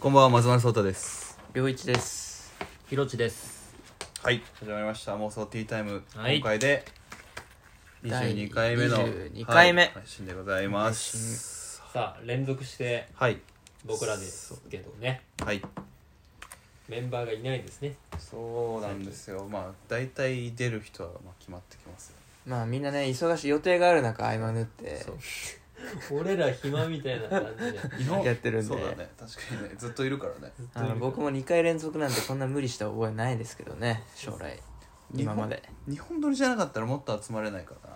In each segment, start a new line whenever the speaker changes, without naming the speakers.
こんばんは松丸聡太です
良一ですひろちです
はい始まりました妄想ティータイム、
はい
今回で22回目の
第22回目
はい配信でございます
さあ連続して
はい
僕らですけどね
はい
メンバーがいないで すね
そうなんですよまあ大体出る人はまあ決まってきますよ
まあみんなね忙しい予定がある中合間縫って
そう
俺ら暇みたいな感じ で
日本
やってるんで
そうだね確かにねずっといるからね
あの僕も2回連続なんてこんな無理した覚えないですけどね将来
日
今
本
まで
日本撮りじゃなかったらもっと集まれないから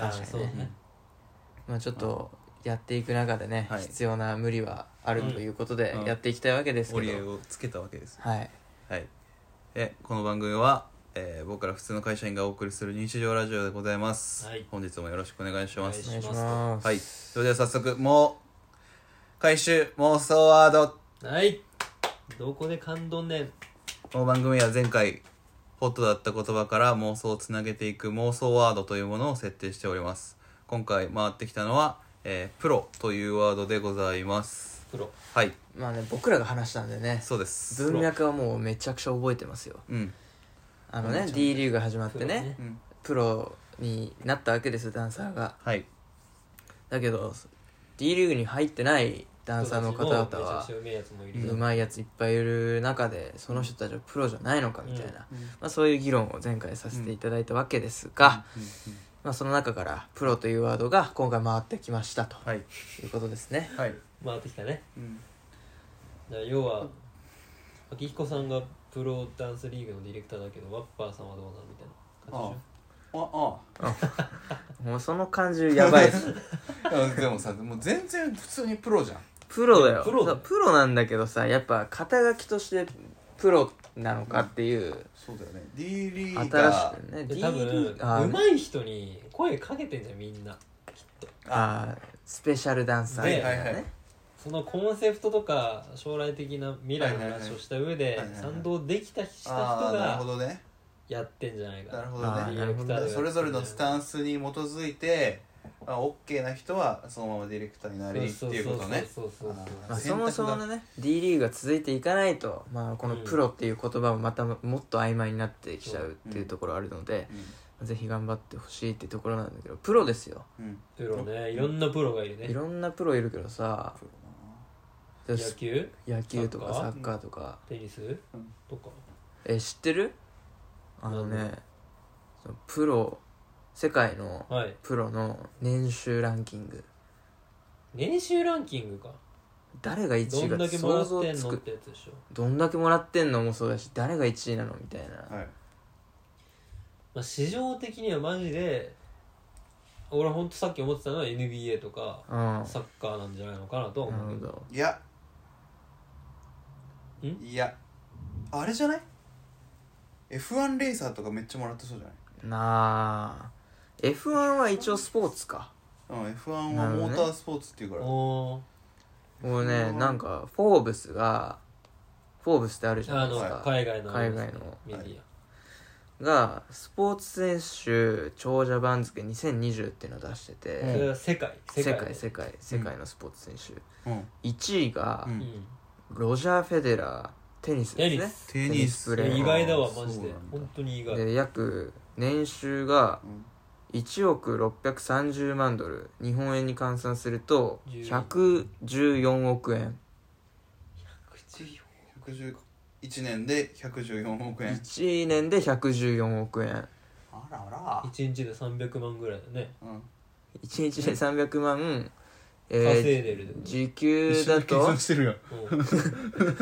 な
ああ
確か
そう
に
だ
ね
ね
まあちょっとやっていく中でね、
はい
必要な無理はあるということで
うん
やっていきたいわけですけ
折り合い
ど、
をつけたわけですよ
はい
はいえこの番組は、えー僕ら普通の会社員がお送りする日常ラジオでございます、
はい
本日もよろしくお願いします
お
お
願い
願い
し
し
ま
ますす
はい。それでは早速、もう、回収妄想ワード。
はいどこで感動ねん
この番組は前回、ホットだった言葉から妄想をつなげていく妄想ワードというものを設定しております。今回回ってきたのは、えープロというワードでございます。
プロ
はい。
まあね僕らが話したんでね
そうです。
文脈はもうめちゃくちゃ覚えてますよ
うん。
あのね D リーグが始まっ
プ
て
ロ
ね
うん。
プロになったわけですよダンサーが
はい。
だけど D リーグに入ってないダンサーの方々
プロた
は
ちもめちゃくちゃうめえやつもいる
うまいやついっぱいいる中でその人たちはプロじゃないのかみたいな、
うんうん
まあ、そういう議論を前回させていただいたわけですが、まあ、その中からプロというワードが今回回ってきましたと
はい。
いうことですね
はい。
回ってきたね
うん。
だから要は明彦さんがプロダンスリーグのディレクターだけどワッパーさんはどうなのみたいな感じでしょ
あ、あ。
もうその感じやばいです
でもさ、もう全然普通にプロじゃん。
プロだよ
プロだ
そうプロなんだけどさやっぱ肩書きとしてプロなのかっていう
そうだよね。D リ
新し
ー
いね D
で
リ
多
ーグあ
分うまい人に声かけてんじゃんみんな
あースペシャルダンサーみた
は
いなね、
いはいはい
そのコンセプトとか将来的な未来の話をした上
い
で
はいはい
賛同できたした人
ああー、なるほ
が
どね。
やってんじゃないか
なるほ
あ
ど
ー
ね
なるほど
だからそれぞれのスタン
ス
スに基づいて、まあ、OK な人はそのままディレクターになりっていうことね
そうそうそうそう
あ
まあ、
選
そ
択
も
が
そものね D リーグが続いていかないと、まあ、この
うん
プロっていう言葉もまたもっと曖昧になってきちゃうっていう
そう
ところあるので、
う
ぜひ頑張ってほしいっていうところなんだけどプロですよ
ん、うん、
プロねいろんなプロがいるね
いろんなプロいるけどさ
プロ
野球
野球とかサ
サ
ッ
ッ
カーとか
テニス
うん
とか
え知ってるあの
なん
ねそのプロ世界の
はい
プロの年収ランキング
年収ランキングか
誰が1
ど
位
ん
が
だけもら
想
ってん
像つ
のっ
く
てやつでしょ、
どんだけもらってんのもそうだし誰が1位なのみたい
な
な、
はい
まあ、市場的にはマジで俺は本当さっき思ってたのは NBA とかサッカーなんじゃないのかなとは
うんな
思
るほ
うけど
ど
いや
ん
いやあれじゃない F1 レーサーとかめっちゃもらってそうじゃ
なあ F1 は一応スポーツか
ない、うん、F1
な
は
るほど
モ
ね
ータースポーツっていうから、
おー
もうねなんかフォーブスがフォーブスってあるじゃな
あ
いで
の
すか
海外の
海外の
メディ
がスポーツ選手長者番付2020っていうのを出してて、
ア、それは世界
世界世
世
界世界のスポーツ選手、
うん、
1位が
う
界
ん
うん
ロジャー・フェデラーテニス
テ
で
ニ
す
ス
テニス
テニスプレーヤー
意外だわ
そう
マ
なん
ジで本当に意
ね
外
で約年収が
うん
1億630万ドル日本円に換算すると114億円
口
111年で114億円
1年で114億円
あらあ
一日で300万ぐらいだね
ら、うん、
1日で300万、えー
稼いでるで
時給だと、
してるよ
うん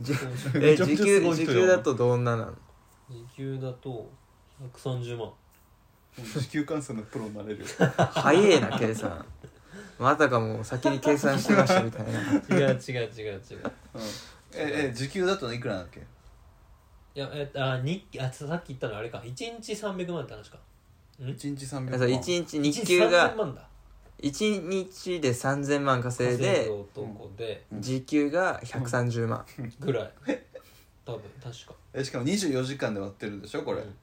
じえ
めちゃめち
時
ゃす
給
ごい人
時
よ
給だとどんななの
時給だと130万
時給換算のプロになれるよ
早えな計算またかもう先に計算してましたみたいな
違う違う違う違う
うんええ時給だといくらなんだっけ
いやえっとあ日あさっき言ったのあれか一日300万って話か
1日300
そう
万
1日
一
日
日
給が
3000万だ
1日で3000万稼い
稼い
で
で男で
うん
時給が130万
ぐらい多分確か
えしかも24時間で割ってるんでしょこれ、
うん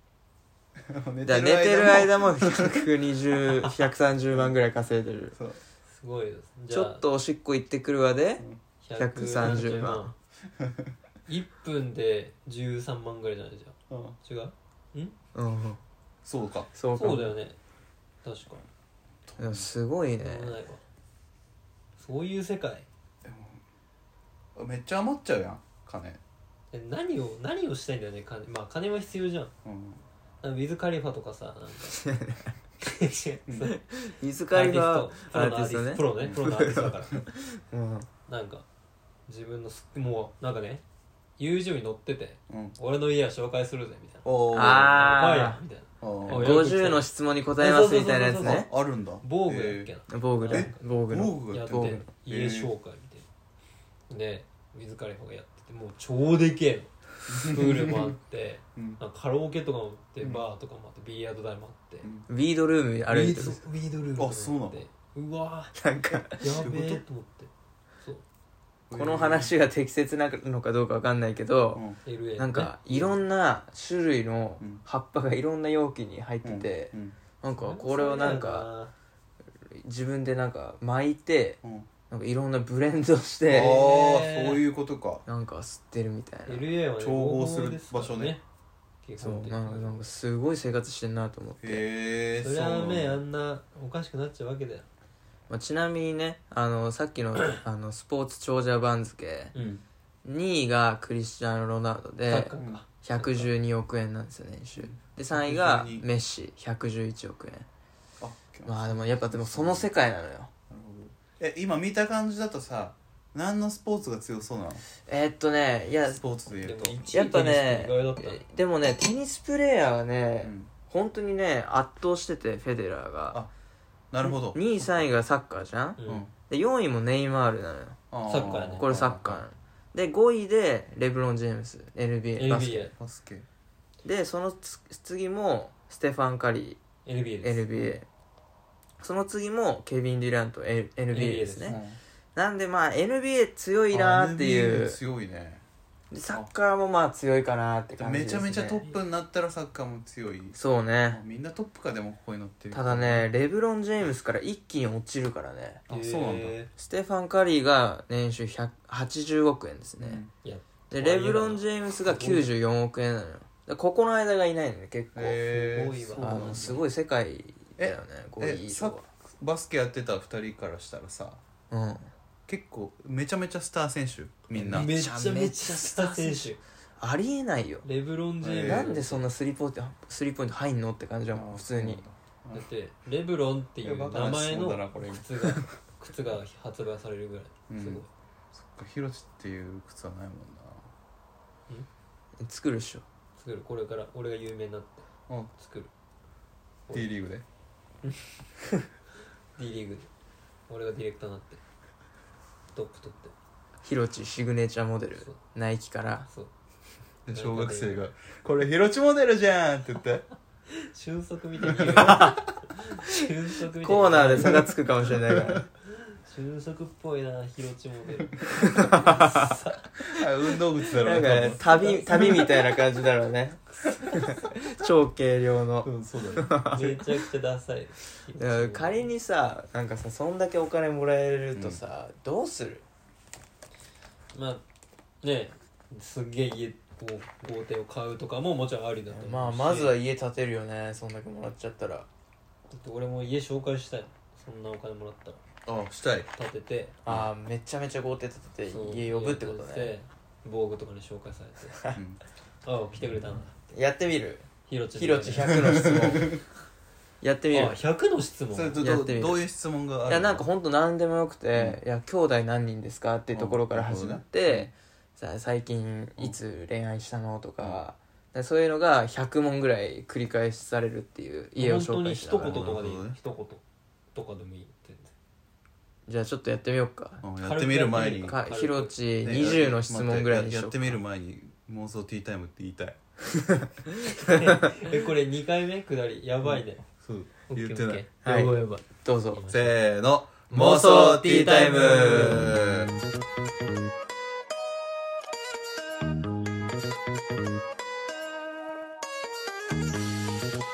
寝
だから寝てる間も120130万ぐらい稼いでる
そう
すごいです
ちょっとおしっこ行ってくるわで130万
1分で13万ぐらいじゃないじ
うん
ゃん違う
うん
そうか
そうか
そ
も
うだよね確か
でもすごいね
そうないわそういう世界
めっちゃ余っちゃうやん金
え何を何をしたいんだよね金まあ金は必要じゃん
うん
なんかウィズ・カリファとかさなんか 違う
水刈りが
アーティストプロのアーティストプロねプロのアーティスト だから
うん
なんか自分のすもうなんかね YouTube に載ってて
うん
俺の家を紹介するぜみたいな
おー
あー
怖いやみたいな
お
お
ー
い
50の質問に答えますみたいなやつ
そうそうそう
ね
あるんだ
防具だっけな、
防具だ
え
防具の
防具
や
や
っ
ってて
て
る
防
具
家紹介みたいなで水カリファがやっててもう超でけえのプールもあって
うん
なんかカラオケとかもあってバーとかもあってビリヤード台もあって
うん
ビードルーム歩
ウィ
い
ー
てる
ドウィードルーム
あそうなの
ってうわ
なんか
ーやべえ
どういう
と思ってそう
この話が適切なのかどうかわかんないけど、
うん
LA
なん
ね
かいろんな種類の
うん
葉っぱがいろんな容器に入ってて、
うん
なんかこれをなんか自分でなんか巻いて
うんうん
なんかいろんなブレンドし
ああ
て
えー
そういうことか
なんか吸ってるみたいな
LA はね
調合する場所ね
合法です
そ
からね基本
う
的
なんかなん
に
かすごい生活してんなと思って、
へえ
そりゃあねあんなおかしくなっちゃうわけだよ
まあ、ちなみにねあのさっきのあのスポーツ長者番付
うん
2位がクリスチャーノ・ロナウド
サッ
で
カーか
112億円なんですよ年収で3位が
112
メッシ111億円
あ
まあでもやっぱでもその世界なのよ
なるほどえ今見た感じだとさ何のスポーツが強そうなの
えーっとねいや
スポーツで
で
言
も
うと
1位
やっぱね
テニスって意外だったね
でもねテニスプレーヤーはね、
うん
本当にね圧倒しててフェデラーが
あなるほど
2位3位がサッカーじゃん
う
うん
ん
で4位もネイマールなのよ
あ
サッカーやね
これサッカーなので5位でレブロン・ジェームス NBA バスケ
NBA
バスケ
でそのつ次もステファン・カリ
NBA
ー
です
NBA その次もケビン・デュラント L- NBA です
う
ね
ん
なんでまあ NBA 強いなーってい
NBA
う
強いね
でサッカーもまあ強いかなーって感
め
じです、
ち
ね、
ゃめちゃトップになったらサッカーも強い
そうね
みんなトップかでもここに乗ってる
ただねレブロン・ジェームスから一気に落ちるからね
あそうなんだ
へ
ステファン・カリーが年収180億円ですね、
ーいや
でレブロン・ジェームスが94億円なのよでここの間がいないのね結構、
えー、
すごい
そう
わ
な
あ
んだ
のすごい世界だよね5位
え
以
サ
上
ッバスケやってた2人からしたらさ
はうん
結構めちゃめちゃスター選手みんな
めちゃめちゃスター選
ありえないよ、
手レブロン・ジェーム
え
ズ
ー
なんでそんなスリーポイントスリーポイント入んのって感じだもん
あ
普通に
だってレブロンって
い
い
や
う
バカ
名
な
前
質問だな
の
これ今
靴が 靴が発売されるぐら
うん
いすごい
そっかヒロチっていう靴はないもん
作るっしょ
作るこれから俺が有名になって
なうん
作る
D リーグで
D リーグで俺がディレクターになってトップ取って
ヒロチシグネチャーモデル
そう
ナイキから
そう
で小学生が「これヒロチモデルじゃん!」って言って
俊足 みたいに言うよ俊足みたいに
コーナーで差がつくかもしれ ないから
俊足っぽいなヒロチモデル
あ運動靴だろ
な
うん
かね
多
旅 旅みたいな感じだろうね 超軽量の
分うんそうだね
めちゃくちゃダサい
いや仮にさなんかさそんだけお金もらえるとさ、どうする
まあねすっげえ家こう豪邸を買うとかももちろんありだと思うし
まあまずは家建てるよねそんだけもらっちゃったら
だって俺も家紹介したいそんなお金もらったら
あしたい
建てて
ああめちゃめちゃ豪邸建て
そう
て家呼ぶってこと
家建て
ね
て防具とかに紹介されて
うん
ああ来てくれたんだ
やってみる
ヒロチ
ひろち100の質問やってみ
あ
る
100の質問
それと
や
ど
ってみる
どういう質問がある
いやなんかほんと何でもよくて「いや兄弟何人ですか?」っていうところから始まって「さ最近いつ恋愛したの?」とかでそういうのが100問ぐらい繰り返しされるっていう家を紹介しな
本
が
当
ら
に一言とかでいい、
なるほ
一言とかでもいい全然
じゃあちょっとやってみようか
うんやってみる前に
軽くやっ
か
てみる軽く
ひろち
ね
20の質問ぐらいにし
や
よ
っ
う
てみる前に妄想ティータイムって言いたい
えこれ2回目下りやばいね、
そう
オ
言
ッケ
っ
ー
て
オ
な
ッ
い
ケ
はい
ーやばい
どうぞ
せーの
妄
妄
想
想
テ
テ
ィ
ィ
ー
ー
タ
タ
イ
イ
ム
ム
俺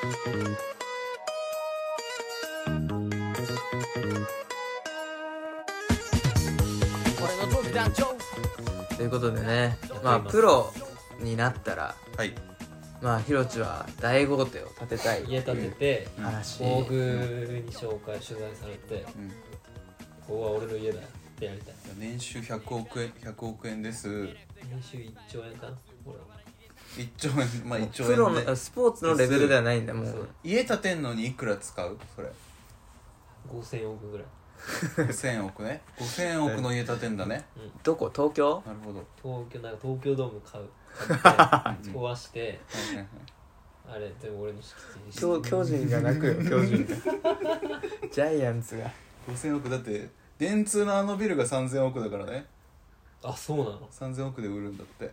の時だということでね
やってみます
まあプロになったら
はい
まあひろちは大豪邸を建てたいって
家建
い
て
う
て
うん
話
大宮に紹介取材されて
うん
ここは俺の家だってやりたい
年収100億円100億円です
年収1兆円かな俺は
1兆円まあ1兆
プロ
円で
のスポーツのレベルではないんだも
そう
う
家建てんのにいくら使うそれ
5000億ぐらい
5000億ね5000億の家建てんだね
どこ東京
なるほど
東京なんか東京ドーム買う買って壊して
はいはいはい
あれ全部俺の敷地にして
巨巨人が泣くよ 巨人がジャイアンツが
5000億だって電通のあのビルが3000億だからね
あそうなの
3000億で売るんだって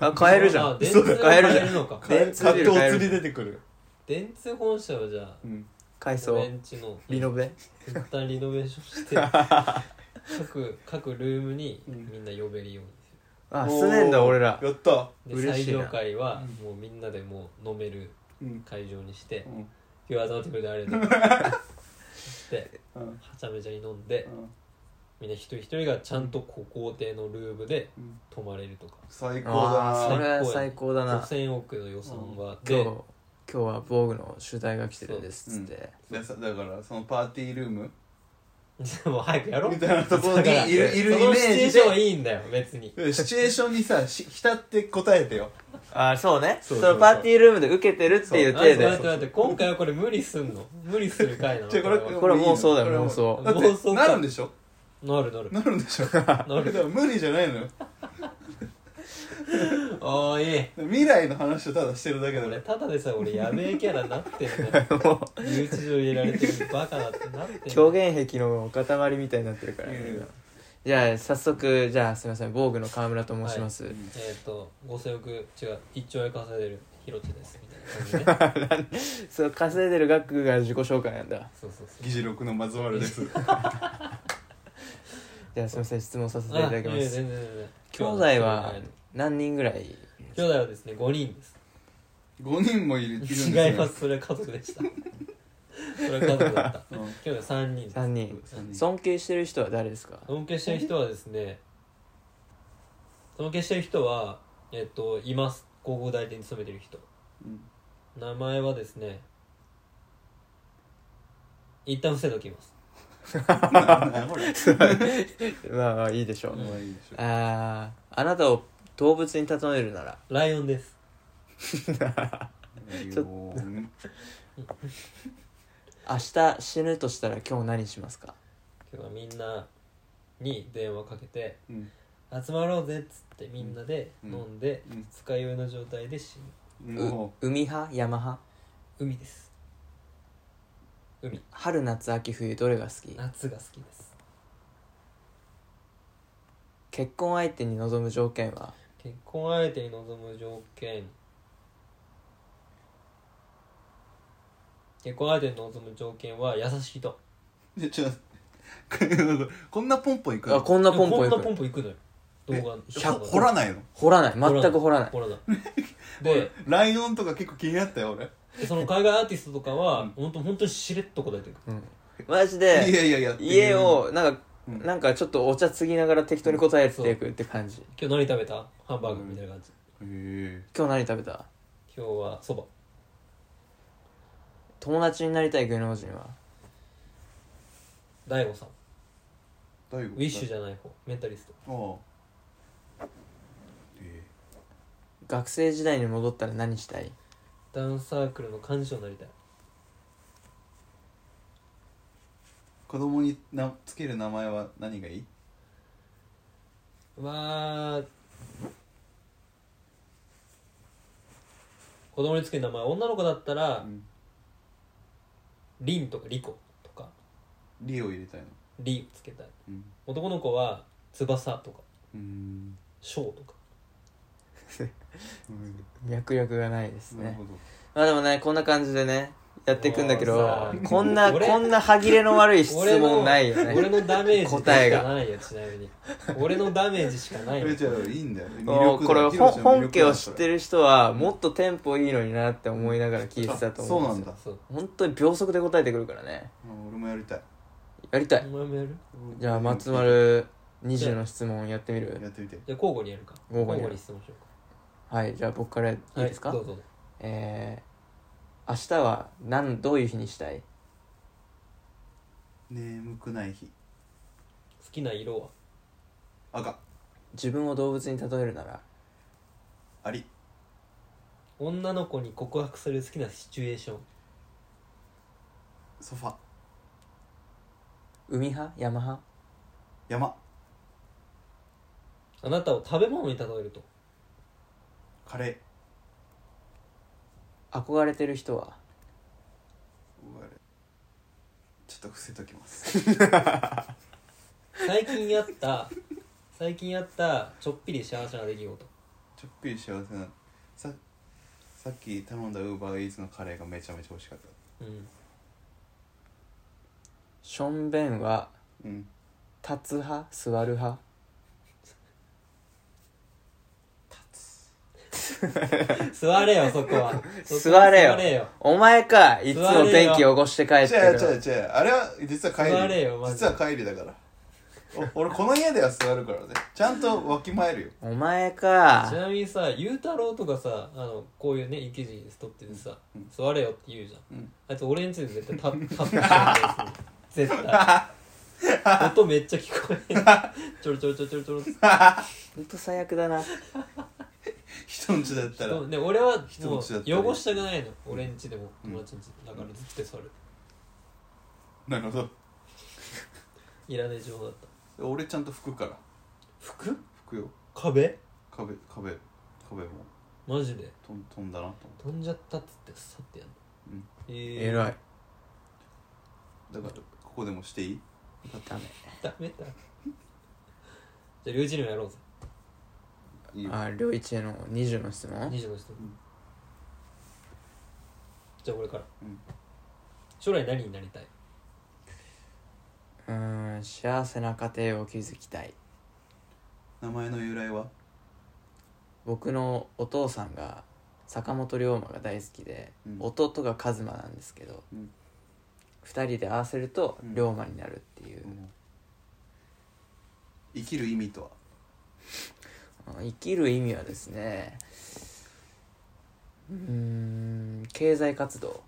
あ買えるじゃ
あ
ん
電通が
買えるじ
買え
ゃ
るの
ん
か
電通ビル買える
出てくる
電通本社はじゃあ
うん
改装
俺んちの
リノベ
一旦リノベーションして各各ルームにみんな呼べるようにす
あ住ねんだ
おー
俺ら
やった
るで
嬉しい
最
な
上階はもうみんなでもう飲める
うん
会場にして
うん
「今日集まってくれてありがとう」で
うん
はちゃめちゃに飲んでみんな一人一人がちゃんとこう校庭のルームで
うん
泊まれるとか
最高
あー
だ
そ
な
れは最高だな
5000億の予算があって
今日今日は防具の取材が来てるんですっつって、
でさだからそのパーティールーム
じゃあもう早くやろう
みたいなところにいるいる
そ
イ
の
メ
シチ
ージ
ュエーションは
で
いいんだよ別に
シチュエーションにさし浸って答えてよ
ああそうね
そ
そう
そうそう
のパーティールームで受けてるっていう
待
体
って待って
で
待って今回はこれ無理すんの無理する回なの
じゃあこれ
これは
これ
もういいの
妄想だ
これは
よ
もう
妄想
だっ
妄
て
想か
なるんでしょ
なるなる
なるんでしょだか
なる
ら無理じゃないのよ
ああいい
未来の話をただしてるだけだか
俺
ら
ただでさえ俺やべえキャラになってるんだよ 留置場入れられてるバカだってなってん
狂
の
言癖の塊みたいになってるから、
いやいや
じゃあ早速じゃあすみません防具の川村と申します、
えっと5000億違う1兆円稼いでるヒロチです みたいな感じね
そう稼いでる額が自己紹介なんだ
そうそうそう
議事録の松丸です
じゃあすみません質問させてい
あ
ただきま
いや
す
全然全然
兄弟は何人ぐらい
兄弟はですね5人です
5人もいるいるんですね
違いますそれは家族でしたそれは家族だった
うん
兄弟3人です
3人
三人
尊敬してる人は誰ですか
尊敬してる人はですね尊敬してる人はえっといます広告代理店に勤めてる人
うん
名前はですね一旦伏せときます
ほら
まあまあいいでしょう、
まあいいでしょ
あーあなたを動物に例えるな ら
ライオンです
いいよ
ち明日死ぬとしたら今日何しますか
今日はみんなに電話かけて
うん
集まろうぜっつってみんなで
うん
飲んで
うん
二日酔いの状態で死ぬ
も
海派山派
海です海
春夏秋冬どれが好き
夏が好きです
結婚相手に望む条件は
結婚相手に望む条件結婚相手に望む条件は優しい人
うちょっとこんなポンポンいく
あ
の
こんなポンポンい
こんなポ
く
ンポンいくのよ動画の
100掘らないの
掘らない全く掘らない
ほらだ で
ライオンとか結構気になったよ俺
でその海外アーティストとかは本当本当にしれっと答えてる
マジ
い
で
やいやいや
家をなんか
うん
なんかちょっとお茶つぎながら適当に答えていくって感じ
今日何食べたハンバーグみたいな感じ、
へえ
今日何食べた
今日はそば
友達になりたい芸能人は
大悟さん
大悟
ウィッシュじゃない方メンタリスト
ああえ
学生時代に戻ったら何したい
ダンスサークルの幹事長になりたい
ー子供になつける名前は何がいい
まあ子供につける名前女の子だったら
うん
リンとかリコとか
リを入れたいの
リをつけたい
うん
男の子は翼とか
うん
翔とか
脈力がないです
なる
ね
ほど
まあでもねこんな感じでねやっていくんだけ
もう
ど
さ
こ んな
俺
こんな歯切れの悪い質
俺の
問ないよ
俺
ね
のダメージし
答えが
かないよちなみに俺のダメージしかないよ
えじゃあいいんだよ魅
もうこれ本本家を知って
る
る人はもっとテンポいいのになって思いながら聞いてたと思うん
そうな
ですよ
んだ
そう
本当に秒速で答えてくるからね
あ俺もやりたい
やりた
お
い
前もやる
じゃあ松丸20の質問やってみる
やってみて
じゃあ交互にやるか
交互にやる
に質問しよう
はいじゃあ僕からい
か
いですか、
はい、どうぞどうぞ
えー、明日は何どういう日にしたい
眠くない日
好きな色は
赤
自分を動物に例えるなら
あり
女の子に告白する好きなシチュエーション
ソファ
海派山派
山
あなたを食べ物に例えると
カレー
憧れてる人は
うわあれちょっと伏せときます
最近やった最近やったちょっぴり幸せな出来事
ちょっぴり幸せなささっき頼んだウーバーイーツのカレーがめちゃめちゃ美味しかった
うん
しょんべんは
うん
立つ派座る派
座れよそこはそこは
座れよ
座れよ
お前かいつも電気汚して帰って
違う違
る
う違うあれは実は
座
帰
れ
り
よマジ
実
で
は帰りだからお俺この家では座るからねちゃんとわきまえるよ
お前
ち
か
なみにさゆうたろうとかさあのこういうね育児にストップでさ、座れよって言うじゃん、
うん
あいつ俺について絶対立立ってないです絶対音めっちゃ聞こえるちょろちょろちょろちょろちょろって
ほんと最悪だな
人ん家だったら
でも俺は
人
も
ん
う
ちだったり
汚したくないの俺んちでも友達んちでだからずっと座る
なるほど
いらない情報だった
俺ちゃんと拭くから
服
拭くよ
壁
壁壁壁も
マジで
とん飛んだなと思
飛んじゃったっつってさってやる
うん
えー
えら
っ
い
てだからここでもしていい
ダメ
ダメだじゃあ龍一にもやろうぜ
いいよ
あ両一への20の質問
20の人、
ん
じゃあ俺から、
うん
将来何になりたいう
ーん幸せな家庭を築きたい
名前の由来は
僕のお父さんが坂本龍馬が大好きで、
うん
弟が一馬なんですけど、
うん
二人で合わせると
うん
龍馬になるっていう、
生きる意味とは
あ生きる意味はですねうーん経済活動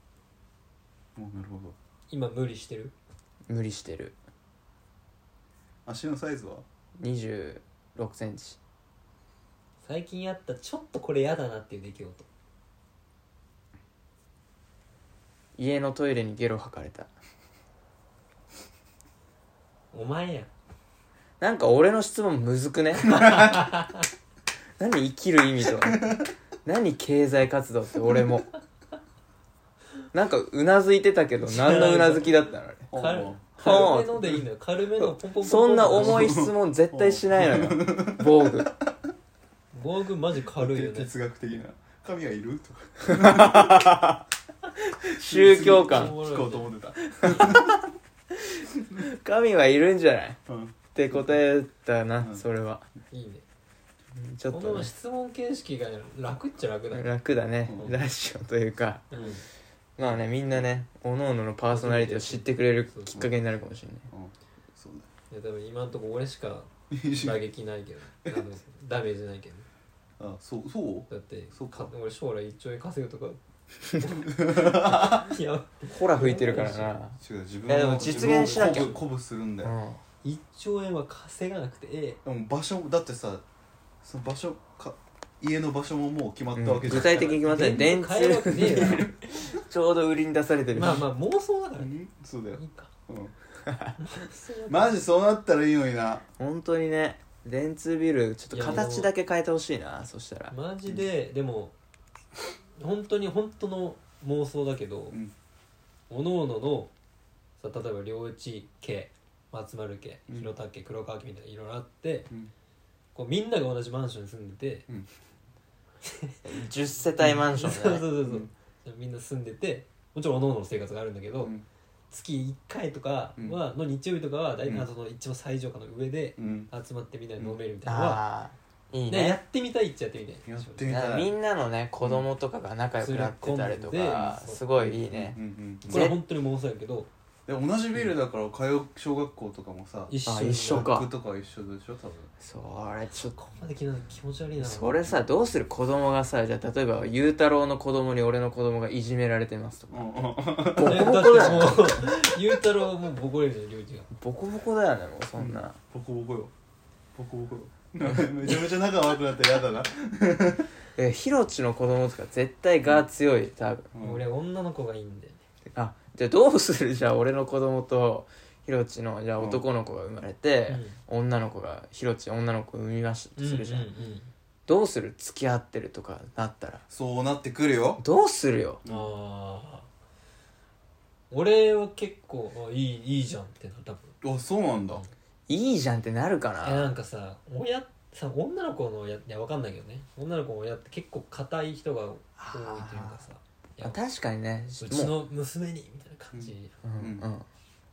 もうなるほど
今無理してる
無理してる
足のサイズは
2 6センチ
最近やったちょっとこれやだなっていう出来事
家のトイレにゲロ吐かれた
お前やん
なんか俺の質問む ずくね何生きる意味とは何経済活動って俺もなんかうなずいてたけど何のうなずきだったのあれ
軽
おう
軽めのでいいのよ軽めのポンポンポンポン
そんな重い質問絶対しないのよ防具
防具マジ軽いよね
哲学的な神はいるとか
宗教観
聞こうと思ってた
神はいるんじゃないっ
うん
て答えたな、
うん
それはい
いね
ちょっ、
ことの
ね、
質問形式が楽っちゃ楽だね
楽だね、
うん
ラジオというか
うん
まあねみんなね各々のパーソナリティを知ってくれるきっかけになるかもしれない
そう
いや多分今んとこ俺しか
だ
打撃ないけどあのダメージないけど
あそうそう
だって
そっか
俺将来1兆円稼ぐ とかいや
ほら吹いてるからな
違う自分
いやでも実現しなきゃ
自分を鼓舞鼓舞するんだ
う
よ、
ん
1兆円は稼がなくてえ
でも場所だってさその場所か家の場所ももう決まったわけじゃ
具
ない
体的に
え
言いません電
変えるわけね
池ちょうど売りに出されて
え
る、
よまあまあ妄想だから
う
い
んそうだよ、
いか
うん、
妄想だ
マジそうなったらいいのにな
本当にね電通ビルちょっと
い
形
や
だけ変えてほしいなそしたら
マジででも本当に本当の妄想だけど、
ん
おのおののさ例えば両一家松丸家
うん
広田家黒川家みたいないろいろあって、
うん
こうみんなが同じマンションに住んでて
10世帯マンシ
そうそう
ョン
そ
ね
うそう、みんな住んでてもちろんおのおのの生活があるんだけど、
うん
月1回とかは、の日曜日とかは大体、あその一番最上階の上で
うん
集まってみんなで飲めるみたいなのは、
ああいい
ねやっ
ね
てみたいっちゃやってみたい
やってみ
だか
た
ら
い
みんなのね子供とかが仲良くなってたりと
連れ込
か
んです
ごいいいね
うんうん
これは本当に妄想やけど
でも同じビルだから通う小学校とかもさ
一緒
あ一緒か
学区とか一緒でしょ多分
それちょっと
ここまで気な気持ち悪いな
それさどうする子供がさじゃあ例えば裕太郎の子供に俺の子供がいじめられてます とか
うん
ボコ
えだっ
ボ
て
コだよ
もう ゆうたろうもうボコれるじゃんりょうちが
ボコボコだよねもうそんな、
ボコボコよボコボコよめちゃめちゃ仲悪くなってやだな、
えヒロチの子供とか絶対が強い多分
うん
俺女の子がいいんだよね
あじゃあどうするじゃあ俺の子供とヒロチのじゃあ
うん
男の子が生まれて、女の子がヒロチ女の子産みましたとするじゃん、
うんうん
どうする付き合ってるとかなったら
そうなってくるよ
どうするよ
うんああ俺は結構あいいいいじゃんってな多分
あそうなんだ
いいじゃんってなるか
え
な
なんかさ親さ女の子の親いやわかんないけどね女の子の親って結構硬い人が多いというかさい
まあ
や
確かにね
う
も
ちの娘にみたいな感じ、
うん
う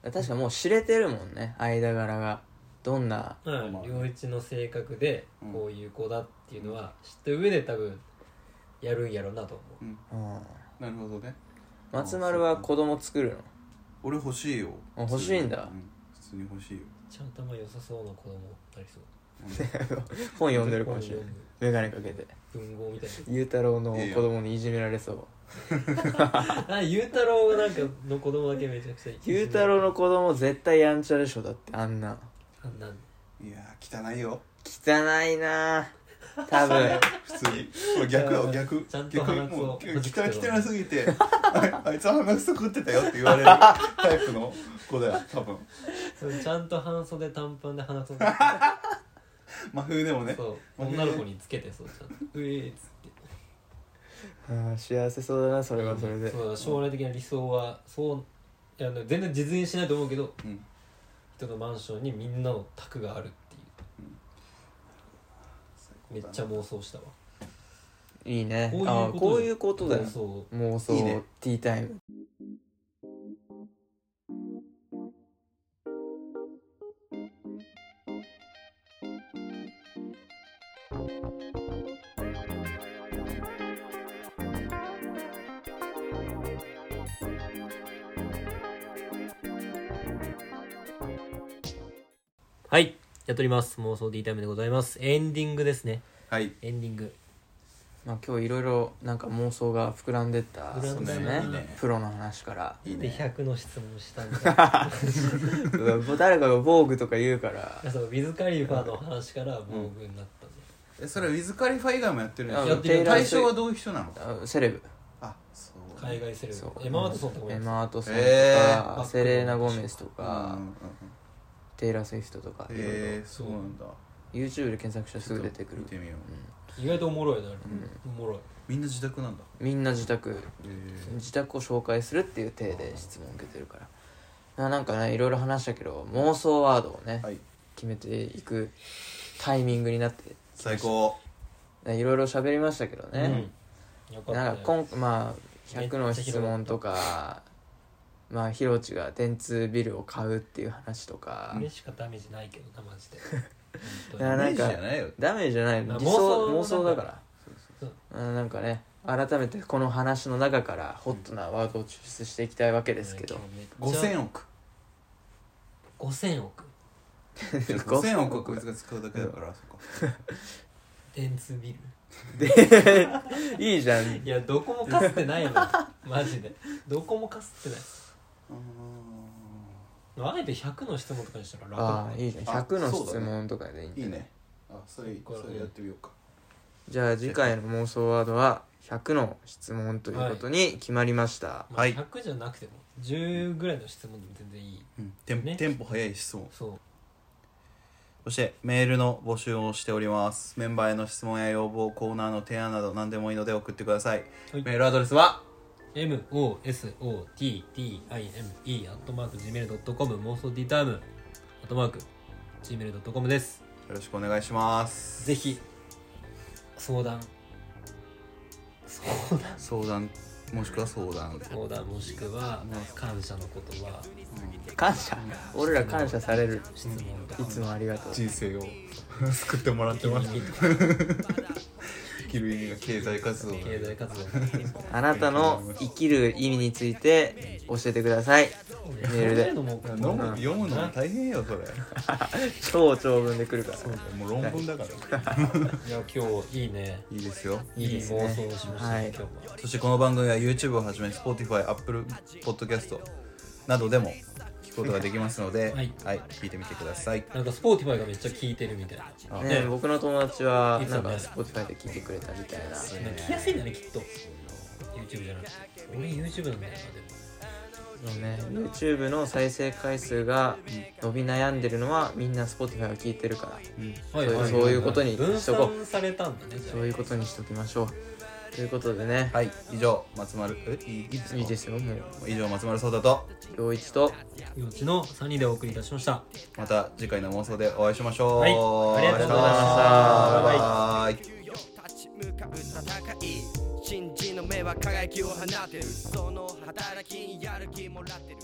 うん、確かもう知れてるもんね間柄がどんな
うん
まあね
良一の性格で
うん
こういう子だっていうのは知った上で多分やるんやろうなと思う
うん
なるほどね
松丸は子供作るの
俺欲しいよ
あ欲しいんだ
普通に普通に欲しいよ
ちゃんと頭良さそうな子供になりそう
本読んでるかもしれない
本
眼鏡かけて
読む文豪みたい
裕太郎の子供にいじめられそう
なあゆうたろうがなんかの子供だけめちゃくちゃ
裕太郎の子供絶対やんちゃでしょだってあんな
あんなん
いやー汚いよ
汚いなあ多 分
普通にこれ逆
いや
よ逆
ちゃんと
逆
鼻くそ
もう
ほじく
き
って
た
る
汚すぎてああいつ は鼻くそ食ってたよって言われるタイプの子だよ多分
そうちゃんと半袖短パンで鼻くそ
真冬でもね
そう女の子につけてそうちゃんとうえーっつって
うん幸せそうだなそれはそれで
そうだ将来的な理想はそういやあの全然実現しないと思うけど
うん
人のマンションにみんなの宅があるっていうめっちゃ妄想したわ
いいね
こういうこと
ああこういうことだよ
妄想
妄想
いいね
ティータイム
はいやっております妄想 D タイムでございますエンディングですね
はい
エンディング
まあ今日いろいろなんか妄想が膨らんでった
膨ら
そうん
だ
です
ね
ね
いいね
プロの話から
いい
で
ね
100の質問したんだ
うん誰かが防具とか言うから
そうウィズ・カリファの話から防具になったんで
えそれウィズカリファ以外もやってるんで
あ
し
や
ょ
ってる
対象はどういう人なの
あセレブ
あそう
海外セレ
そう
ブエマ・ワトソンとかも
エ
やって
マ・ワトソンと
へ
か
ー
セレーナ・ゴメスと
か
かテイラー・スウィフトとか
えー、そうなんだ
YouTube で検索したらすぐ出てくる
見てみよう
意外とおもろいな、あれ
ん
おもろい
みんな自宅なんだ
みんな自宅
えー
自宅を紹介するっていう体で質問を受けてるからななんかねいろいろ話したけど妄想ワードをね、
はい
決めていくタイミングになって
最高
ねいろいろ喋りましたけどね、
うんよかった
な
よ
んか今まあ100の
めっちゃ広
質問とかまあヒロチが電通ビルを買うっていう話とか、
あれしかダメージないけどなマジで 本
いや
当
イメージ
なん
に
じ
か
ゃないよ
ダメージじゃないの
まあ
理想妄想
妄想
だ
だ
か
から
ら
そう
うんなんかね改めてこの話の中からホットなワードを抽出していきたいわけですけど、
5000億
5000億
5000億はこいつが使うだけだからそっか
電通ビ
いいじゃ ん
ルいやどこもかすって ないのマジでどこもかすってないあえて100の質問とかにしたら楽
あ
だ
あ
ね
いいじゃん100の
あそうだ
質
ね
問とかでいいん
い
じゃ
い
ない
ねあそれそれやってみようか
じゃあ次回の妄想ワードは100の質問ということに決まりました、
まあ
はい
100じゃなくても10ぐらいの質問でも全然いい
うんテン
ね
テンポ早い質問
そう
そしてメールの募集をしておりますメンバーへの質問や要望コーナーの提案など何でもいいので送ってください、
はい
メールアドレスは
mosottime.gmail.com 妄想 D タイム .gmail.com です
よろしくお願いします
ぜひ相談相談
相談もしくは相談
相談もしくは感謝の言葉
感謝俺ら感謝される
質問と
い
か
つもありがとう
人生を救ってもらってます
い
きる意味が経済活動だ
経済活動
あなたの生きる意味について教えてくださいメールで
そういうのも
飲む読むのも大変 よそれ
超長文で来るから
そうかもう論文だから
いや今日いいね
いいですよ
いい妄想をしました
はい
ね今日も
そしてこの番組は YouTube をはじめ Spotify、Apple Podcast などでも聞くことができますので、は
はいい、
聞いてみてください。
なんかスポーティファイがめっちゃ聞いてるみたいな
あ
ね、僕の友達はい
つ
な
も
んか
ね
Spotify で聞いてくれたみたいな
なんか聞きやすいんだねきっと YouTube じゃなくて俺 YouTube なんだよな
ね YouTube の再生回数が伸び悩んでるのはみんな Spotify を聞いてるから
うん
でも
そうそういうことに
分
しとこう
散されたんだねじゃあ
そういうことにしときましょうということでね、
はい、以上、松丸、えいいいいですか
いいですよもう
以上、松丸聡太と、
陽一と
うちの3人でお送りいたしました
また次回の妄想でお会いしましょう。
はいありがとうございました
ありがとうございましたバイバイ。
立ち向かう戦い新人の目は輝きを放てるその働きにやる気もらってる